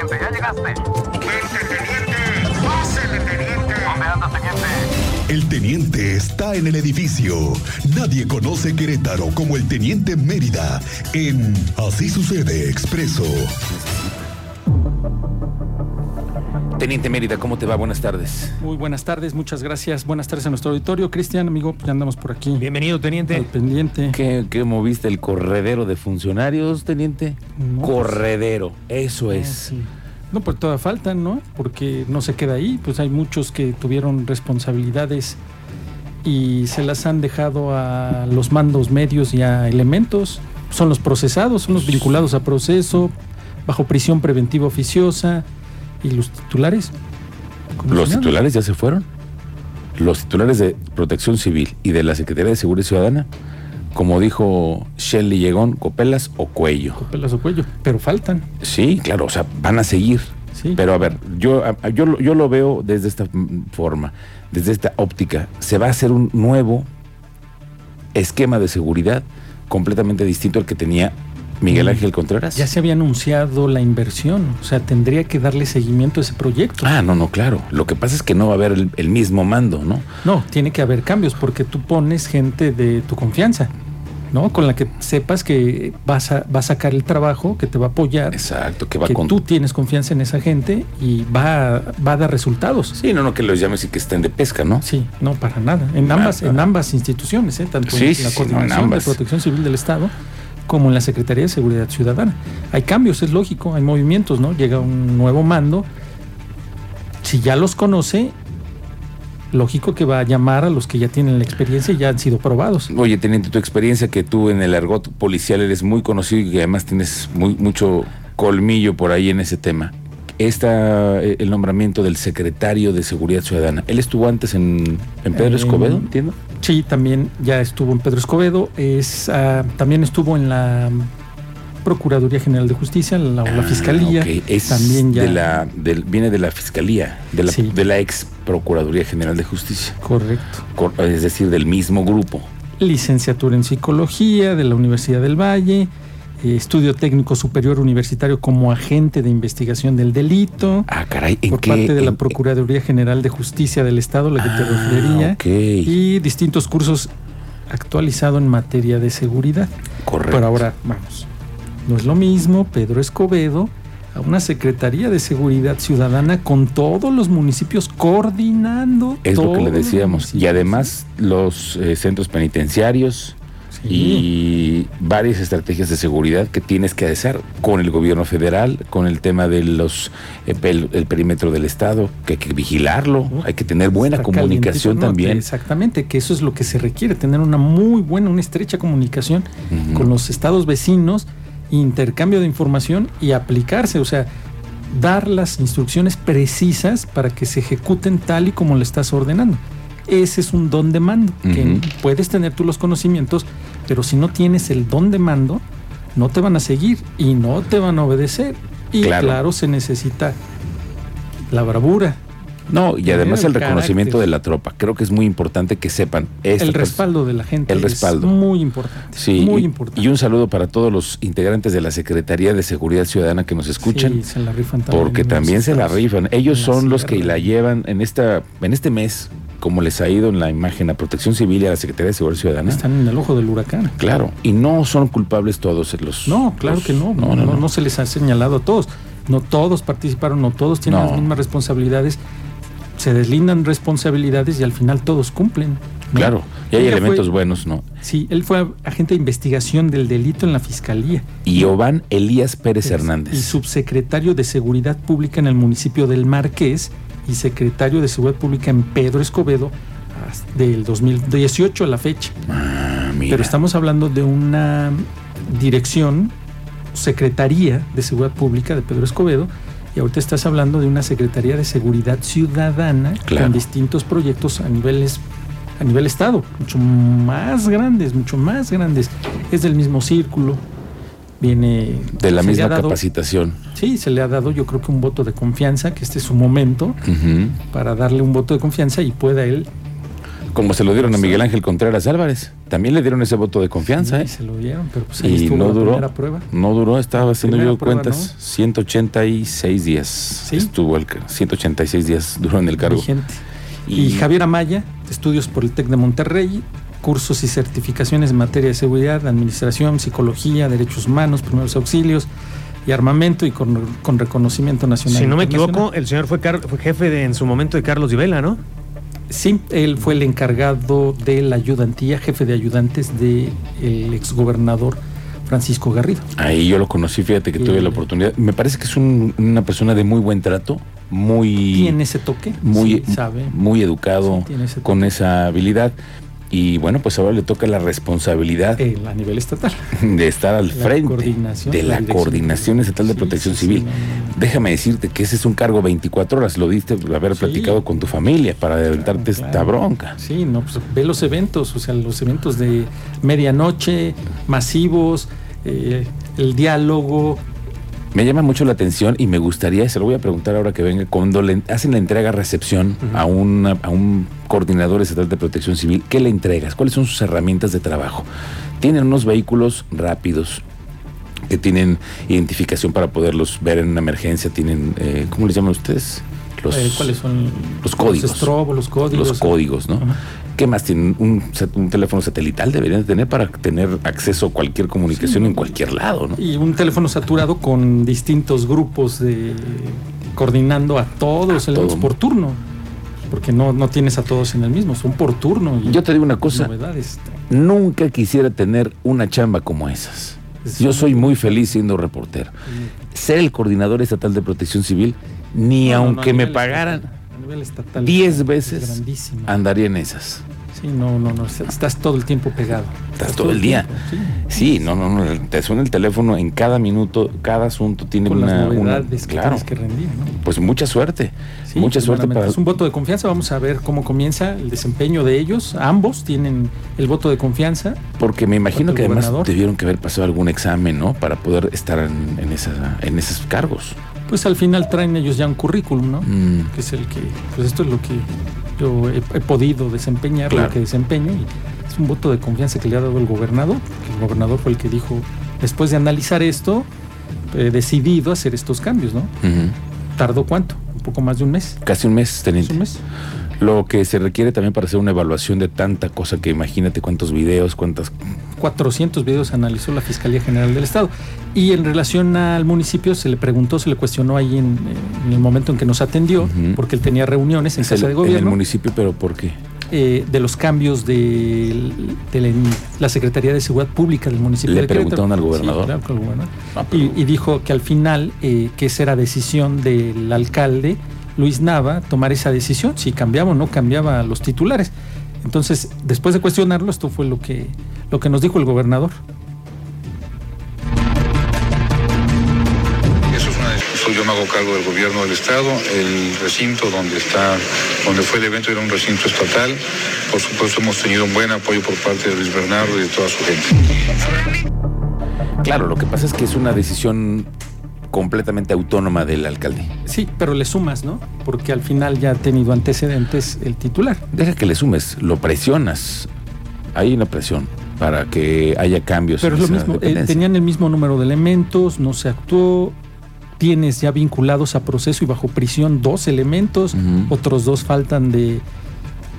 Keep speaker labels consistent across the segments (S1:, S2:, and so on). S1: llegaste. Vente, teniente. Pásele, teniente. Bombeando, teniente.
S2: El teniente está en el edificio. Nadie conoce Querétaro como el teniente Mérida en Así sucede expreso.
S3: Teniente Mérida, ¿cómo te va? Buenas tardes.
S4: Muy buenas tardes, muchas gracias. Buenas tardes a nuestro auditorio. Cristian, amigo, ya andamos por aquí.
S5: Bienvenido,
S4: Al
S5: teniente.
S4: pendiente. Ah,
S3: ¿Qué, qué moviste el corredero de funcionarios, teniente?
S4: No, pues,
S3: corredero, eso es.
S4: Sí. No, pues toda falta, ¿no? Porque no se queda ahí. Pues hay muchos que tuvieron responsabilidades y se las han dejado a los mandos medios y a elementos. Son los procesados, son los vinculados a proceso, bajo prisión preventiva oficiosa y los titulares. como
S3: Los
S4: si nada.
S3: titulares ya se fueron. Los titulares de Protección Civil y de la Secretaría de Seguridad Ciudadana, como dijo Shelly Llegón, copelas o cuello.
S4: Pelas o cuello, pero faltan.
S3: Sí, claro, o sea, van a seguir.
S4: Sí.
S3: Pero a ver, yo, a- yo, lo- yo lo veo desde esta mm, forma, desde esta óptica. Se va a hacer un nuevo esquema de seguridad completamente distinto al que tenía Miguel Ángel Contreras.
S4: Mm. Ya se había anunciado la inversión, o sea, tendría que darle seguimiento a ese proyecto.
S3: Ah, no, no, claro. Lo que pasa es que no va a haber el, el mismo mando, ¿no?
S4: No, tiene que haber cambios porque tú pones gente de tu confianza, ¿no? Con la que sepas que vas a, va a sacar el trabajo, que te va a apoyar,
S3: Exacto, que va
S4: que
S3: con...
S4: tú tienes confianza en esa gente y va, a- va a dar resultados.
S3: Sí, no, no, que los llames y que estén de pesca, ¿no?
S4: Sí, no, para nada. En ambas,
S3: Nada.
S4: en ambas instituciones, ¿eh? tanto
S3: Sí, sí, sí,
S4: en la
S3: no, en
S4: Coordinación de
S3: ambas.
S4: Protección Civil del Estado como en la Secretaría de Seguridad Ciudadana. Hay cambios, es lógico, hay movimientos, ¿no? Llega un nuevo mando. Si ya los conoce, lógico que va a llamar a los que ya tienen la experiencia y ya han sido probados.
S3: Oye, teniente, tu experiencia que tú en el argot policial eres muy conocido y que además tienes muy, mucho colmillo por ahí en ese tema. Está eh, el nombramiento del secretario de Seguridad Ciudadana. Él estuvo antes en, en Pedro
S4: Eh,
S3: Escobedo, entiendo.
S4: Sí, también ya estuvo en Pedro Escobedo, es, ah, también estuvo en la Procuraduría General de Justicia, la, o la
S3: Ah,
S4: Fiscalía.
S3: ok. Es
S4: también ya.
S3: de la, del- viene de la Fiscalía, de la,
S4: Sí.
S3: de la ex Procuraduría General de Justicia,
S4: Correcto.
S3: cor- es decir, del mismo grupo.
S4: licenciatura en psicología de la Universidad del Valle, eh, estudio técnico superior universitario como agente de investigación del delito
S3: Ah, caray, ¿en
S4: por
S3: qué?
S4: parte de la
S3: en-
S4: Procuraduría General de Justicia del Estado, la que te
S3: Ah,
S4: refería,
S3: ok.
S4: y distintos cursos actualizado en materia de seguridad.
S3: Correcto.
S4: Pero ahora, vamos, no es lo mismo Pedro Escobedo a una Secretaría de Seguridad Ciudadana con todos los municipios coordinando.
S3: Es lo que
S4: todos
S3: le
S4: los
S3: decíamos. Y
S4: municipios.
S3: además los eh, centros penitenciarios
S4: Sí.
S3: y varias estrategias de seguridad que tienes que hacer con el gobierno federal, con el tema de los eh, pel- el perímetro del estado, que hay que vigilarlo,
S4: Ujú.
S3: hay que tener buena
S4: Está
S3: comunicación
S4: calientito, ¿no?
S3: también.
S4: Exactamente, que eso es lo que se requiere, tener una muy buena, una estrecha comunicación
S3: Ujú.
S4: con los estados vecinos, intercambio de información y aplicarse, o sea, dar las instrucciones precisas para que se ejecuten tal y como le estás ordenando. Ese es un don de mando, que
S3: Ujú.
S4: puedes tener tú los conocimientos, pero si no tienes el don de mando, no te van a seguir y no te van a obedecer. Y
S3: Claro.
S4: claro se necesita la bravura,
S3: No, y además el
S4: el
S3: reconocimiento
S4: carácter.
S3: de la tropa. Creo que es muy importante que sepan. esta
S4: el
S3: pers-
S4: respaldo de la gente
S3: el
S4: es
S3: respaldo.
S4: muy importante.
S3: Sí,
S4: muy
S3: y-
S4: importante.
S3: Y un saludo para todos los integrantes de la Secretaría de Seguridad Ciudadana que nos escuchan.
S4: Sí, se la rifan también
S3: Porque
S4: en los
S3: también se la
S4: estados.
S3: rifan. Ellos
S4: en la
S3: son los que
S4: sierra.
S3: la llevan en esta en este mes, como les ha ido en la imagen a Protección Civil y a la Secretaría de Seguridad Ciudadana.
S4: Están en el ojo del huracán.
S3: Claro, y no son culpables todos los.
S4: No, claro
S3: los-
S4: que no. No, no, no se les ha señalado a todos. No todos participaron, no todos tienen
S3: No.
S4: las mismas responsabilidades. Se deslindan responsabilidades y al final todos cumplen. ¿no?
S3: Claro, y hay
S4: Ella fue-
S3: elementos buenos, ¿no?
S4: Sí, él fue agente de investigación del delito en la fiscalía.
S3: Y Obán Elías Pérez Hernández.
S4: Y subsecretario de Seguridad Pública en el municipio del Marqués y secretario de Seguridad Pública en Pedro Escobedo hasta- del 2018 a la fecha.
S3: Ah, mira.
S4: Pero estamos hablando de una dirección, Secretaría de Seguridad Pública de Pedro Escobedo, y ahorita estás hablando de una Secretaría de Seguridad Ciudadana
S3: Claro.
S4: con distintos proyectos a niveles a nivel estado, mucho más grandes, mucho más grandes. Es del mismo círculo. Viene
S3: de la
S4: se le
S3: misma
S4: ha dado-
S3: capacitación.
S4: Sí, se le ha dado yo creo que un voto de confianza, que este es su momento
S3: Ujú.
S4: para darle un voto de confianza y pueda él
S3: Como se lo dieron a Miguel Ángel Contreras Álvarez. También le dieron ese voto de confianza,
S4: Sí,
S3: ¿eh?
S4: se lo dieron, pero pues ahí
S3: Y
S4: estuvo
S3: no
S4: la
S3: duró.
S4: primera prueba.
S3: No duró, estaba haciendo
S4: Primera
S3: yo
S4: prueba,
S3: cuentas. 186 días estuvo el car- 186 días duró en el cargo.
S4: vigente. Y, Javier Amaya, estudios por el TEC de Monterrey, cursos y certificaciones en materia de seguridad, administración, psicología, derechos humanos, primeros auxilios y armamento y con, con reconocimiento nacional.
S5: Si
S4: e
S5: no me
S4: internacional.
S5: equivoco, el señor fue, car- fue jefe de, en su momento de Carlos Vivela, ¿no?
S4: Sí, él fue el encargado de la ayudantía, jefe de ayudantes del exgobernador Francisco Garrido.
S3: Ahí yo lo conocí, fíjate que
S4: Y-
S3: tuve la oportunidad. Me parece que es un- una persona de muy buen trato, muy
S4: Tiene ese toque,
S3: muy,
S4: sí, sabe.
S3: muy educado,
S4: Sí, tiene ese toque.
S3: con esa habilidad. Y bueno, pues ahora le toca la responsabilidad
S4: el- a nivel estatal.
S3: de estar al
S4: la
S3: frente
S4: coordinación,
S3: de
S4: la
S3: la
S4: dirección
S3: Coordinación
S4: civil.
S3: Estatal de
S4: Sí,
S3: Protección
S4: sí, sí,
S3: Civil.
S4: no, no, no.
S3: Déjame decirte que ese es un cargo 24 horas, lo diste por haber
S4: Sí.
S3: platicado con tu familia para adelantarte
S4: claro.
S3: esta bronca.
S4: Sí, no, pues ve los eventos, o sea, los eventos de medianoche, masivos, eh, el diálogo.
S3: Me llama mucho la atención y me gustaría, se lo voy a preguntar ahora que venga, cuando le hacen la entrega-recepción a, una- a un coordinador estatal de protección civil, ¿qué le entregas? ¿Cuáles son sus herramientas de trabajo? Tienen unos vehículos rápidos que tienen identificación para poderlos ver en una emergencia, tienen, eh, ¿cómo les llaman ustedes? Los,
S4: eh, ¿Cuáles son
S3: los códigos.
S4: Los estrobos, los códigos.
S3: los códigos, ¿no?
S4: Ajá.
S3: ¿Qué más tienen? Un, sat- un teléfono satelital deberían de tener para tener acceso a cualquier comunicación en cualquier lado, ¿no?
S4: Y un teléfono saturado con distintos grupos de coordinando a todos
S3: A
S4: los
S3: todo.
S4: por turno. Porque no, no tienes a todos en el mismo, son por turno. Y
S3: Yo te digo una cosa,
S4: novedades.
S3: Nunca quisiera tener una chamba como esas.
S4: Sí.
S3: Yo soy muy feliz siendo reportero. Ser el coordinador estatal de protección civil, ni
S4: No, no, no, a
S3: aunque me
S4: nivel
S3: pagaran
S4: estatal, a nivel estatal,
S3: 10
S4: es
S3: veces,
S4: grandísimo.
S3: andaría en esas.
S4: Sí, no, no, no. Estás todo el tiempo pegado.
S3: Estás todo el día.
S4: tiempo,
S3: Sí,
S4: sí.
S3: no, no, no. Te suena el teléfono en cada minuto, cada asunto tiene
S4: Con
S3: una,
S4: las
S3: una-
S4: novedades que
S3: Claro.
S4: tienes que rendir, ¿no?
S3: Pues mucha suerte.
S4: Sí,
S3: mucha suerte
S4: primeramente.
S3: para.
S4: Es un voto de confianza. Vamos a ver cómo comienza el desempeño de ellos. Ambos tienen el voto de confianza.
S3: Porque me imagino
S4: Aparte
S3: que
S4: el
S3: además
S4: gobernador.
S3: debieron que haber pasado algún examen, ¿no? Para poder estar en, en esa- en esos cargos.
S4: Pues al final traen ellos ya un currículum, ¿no?
S3: Mm.
S4: Que es el que, pues esto es lo que yo he, he podido desempeñar,
S3: Claro.
S4: lo que desempeño. Y es un voto de confianza que le ha dado el gobernador. que El gobernador fue el que dijo, después de analizar esto, he decidido hacer estos cambios, ¿no?
S3: Ujú.
S4: ¿Tardó cuánto? Un poco más de un mes.
S3: Casi un mes,
S4: ¿Es
S3: teniente.
S4: un mes?
S3: Lo que se requiere también para hacer una evaluación de tanta cosa que imagínate cuántos videos, cuántas...
S4: 400 videos analizó la Fiscalía General del Estado. Y en relación al municipio, se le preguntó, se le cuestionó ahí en, en el momento en que nos atendió,
S3: Ujú.
S4: porque él tenía reuniones en
S3: Es el-
S4: casa de
S3: el
S4: gobierno,
S3: municipio, pero ¿por qué?
S4: eh, de los cambios de, de la, la Secretaría de Seguridad Pública del municipio.
S3: ¿Le
S4: de Querétaro.
S3: preguntaron al gobernador?
S4: Sí, claro, al gobernador.
S3: Ah, pero-
S4: y, y dijo que al final, eh, que esa era decisión del alcalde Luis Nava tomar esa decisión, si cambiaba o no cambiaba a los titulares. Entonces, después de cuestionarlo, esto fue lo que, lo que nos dijo el gobernador.
S6: Eso es una decisión. Yo me hago cargo del gobierno del estado. El recinto donde está, donde fue el evento era un recinto estatal. Por supuesto hemos tenido un buen apoyo por parte de Luis Bernardo y de toda su gente.
S3: Claro, lo que pasa es que es una decisión completamente autónoma del alcalde.
S4: Sí, pero le sumas, ¿no? Porque al final ya ha tenido antecedentes el titular.
S3: Deja que le sumes, lo presionas. Hay una presión para que haya cambios.
S4: Pero
S3: en
S4: es lo
S3: esa
S4: mismo, eh,
S3: dependencia.
S4: tenían el mismo número de elementos, no se actuó, tienes ya vinculados a proceso y bajo prisión dos elementos,
S3: Ujú.
S4: otros dos faltan de,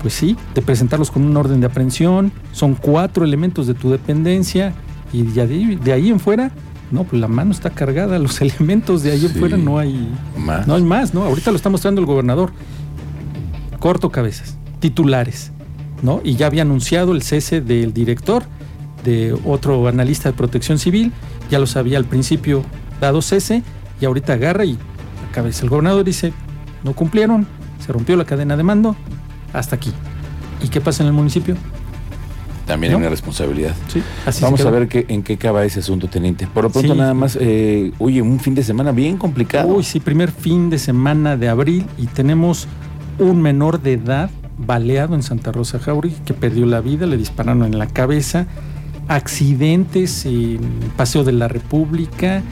S4: pues sí, de presentarlos con un orden de aprehensión, son cuatro elementos de tu dependencia y ya de, de ahí en fuera, no, pues la mano está cargada, los elementos de ahí en
S3: Sí.
S4: fuera no hay...
S3: Más.
S4: No hay más, ¿no? Ahorita lo está mostrando el gobernador. Corto cabezas, titulares, ¿no? Y ya había anunciado el cese del director, de otro analista de protección civil, ya lo sabía al principio dado cese, y ahorita agarra y la cabeza. El gobernador dice, no cumplieron, se rompió la cadena de mando, hasta aquí. ¿Y qué pasa en el municipio?
S3: También
S4: ¿no?
S3: hay una responsabilidad.
S4: Sí, así se
S3: Vamos a
S4: quedó.
S3: ver qué- en qué acaba ese asunto, teniente. Por lo pronto
S4: Sí.
S3: nada más, eh, oye, un fin de semana bien complicado.
S4: Uy, sí, primer fin de semana de abril y tenemos un menor de edad baleado en Santa Rosa Jauregui que perdió la vida, le dispararon en la cabeza, accidentes en Paseo de la República,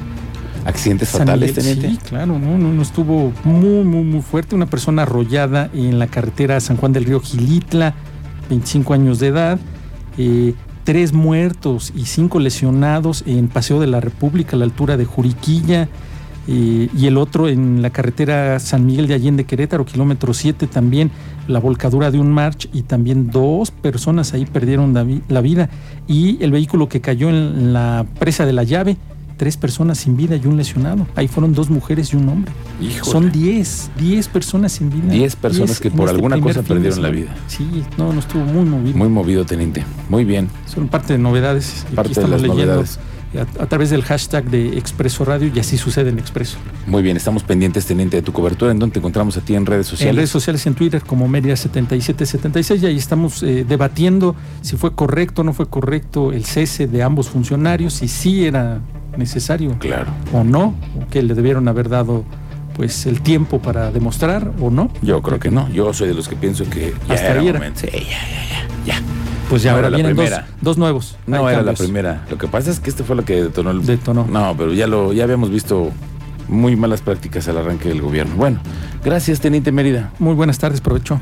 S3: Accidentes
S4: San
S3: fatales,
S4: Miguel,
S3: teniente.
S4: Sí, claro, no, no, no, estuvo muy, muy, muy fuerte. Una persona arrollada en la carretera San Juan del Río Gilitla. 25 años de edad, eh, tres muertos y cinco lesionados en Paseo de la República, a la altura de Juriquilla, eh, y el otro en la carretera San Miguel de Allende Querétaro, kilómetro 7 también, la volcadura de un march y también dos personas ahí perdieron la, vi- la vida y el vehículo que cayó en la presa de la llave, tres personas sin vida y un lesionado. Ahí fueron dos mujeres y un hombre.
S3: Híjole.
S4: Son 10, 10 personas sin vida.
S3: 10 personas que
S4: en este
S3: por alguna
S4: primer
S3: cosa
S4: fin de
S3: perdieron la
S4: semana. Sí, no, no estuvo muy movido.
S3: Muy movido, teniente. Muy bien.
S4: Son parte de novedades. y
S3: Parte de las novedades.
S4: A, a través del hashtag de Expreso Radio y así sucede en Expreso.
S3: Muy bien, estamos pendientes, teniente, de tu cobertura. ¿En dónde te encontramos a ti en redes sociales?
S4: En redes sociales, en Twitter como Mérida7776 y ahí estamos eh, debatiendo si fue correcto o no fue correcto el cese de ambos funcionarios, si sí era necesario
S3: Claro.
S4: o no, o que le debieron haber dado pues el tiempo para demostrar o no.
S3: Yo creo que no. Yo soy de los que pienso que ya
S4: Hasta
S3: era
S4: ahí era.
S3: momento. Sí, ya, ya, ya, ya.
S4: Pues ya
S3: No
S4: ahora
S3: era la
S4: vienen dos,
S3: primera.
S4: dos nuevos.
S3: No
S4: Hay
S3: era la
S4: cambios.
S3: primera. Lo que pasa es que este fue lo que detonó el.
S4: Detonó.
S3: No, pero ya lo, ya habíamos visto muy malas prácticas al arranque del gobierno. Bueno, gracias, teniente Mérida.
S4: Muy buenas tardes, provecho.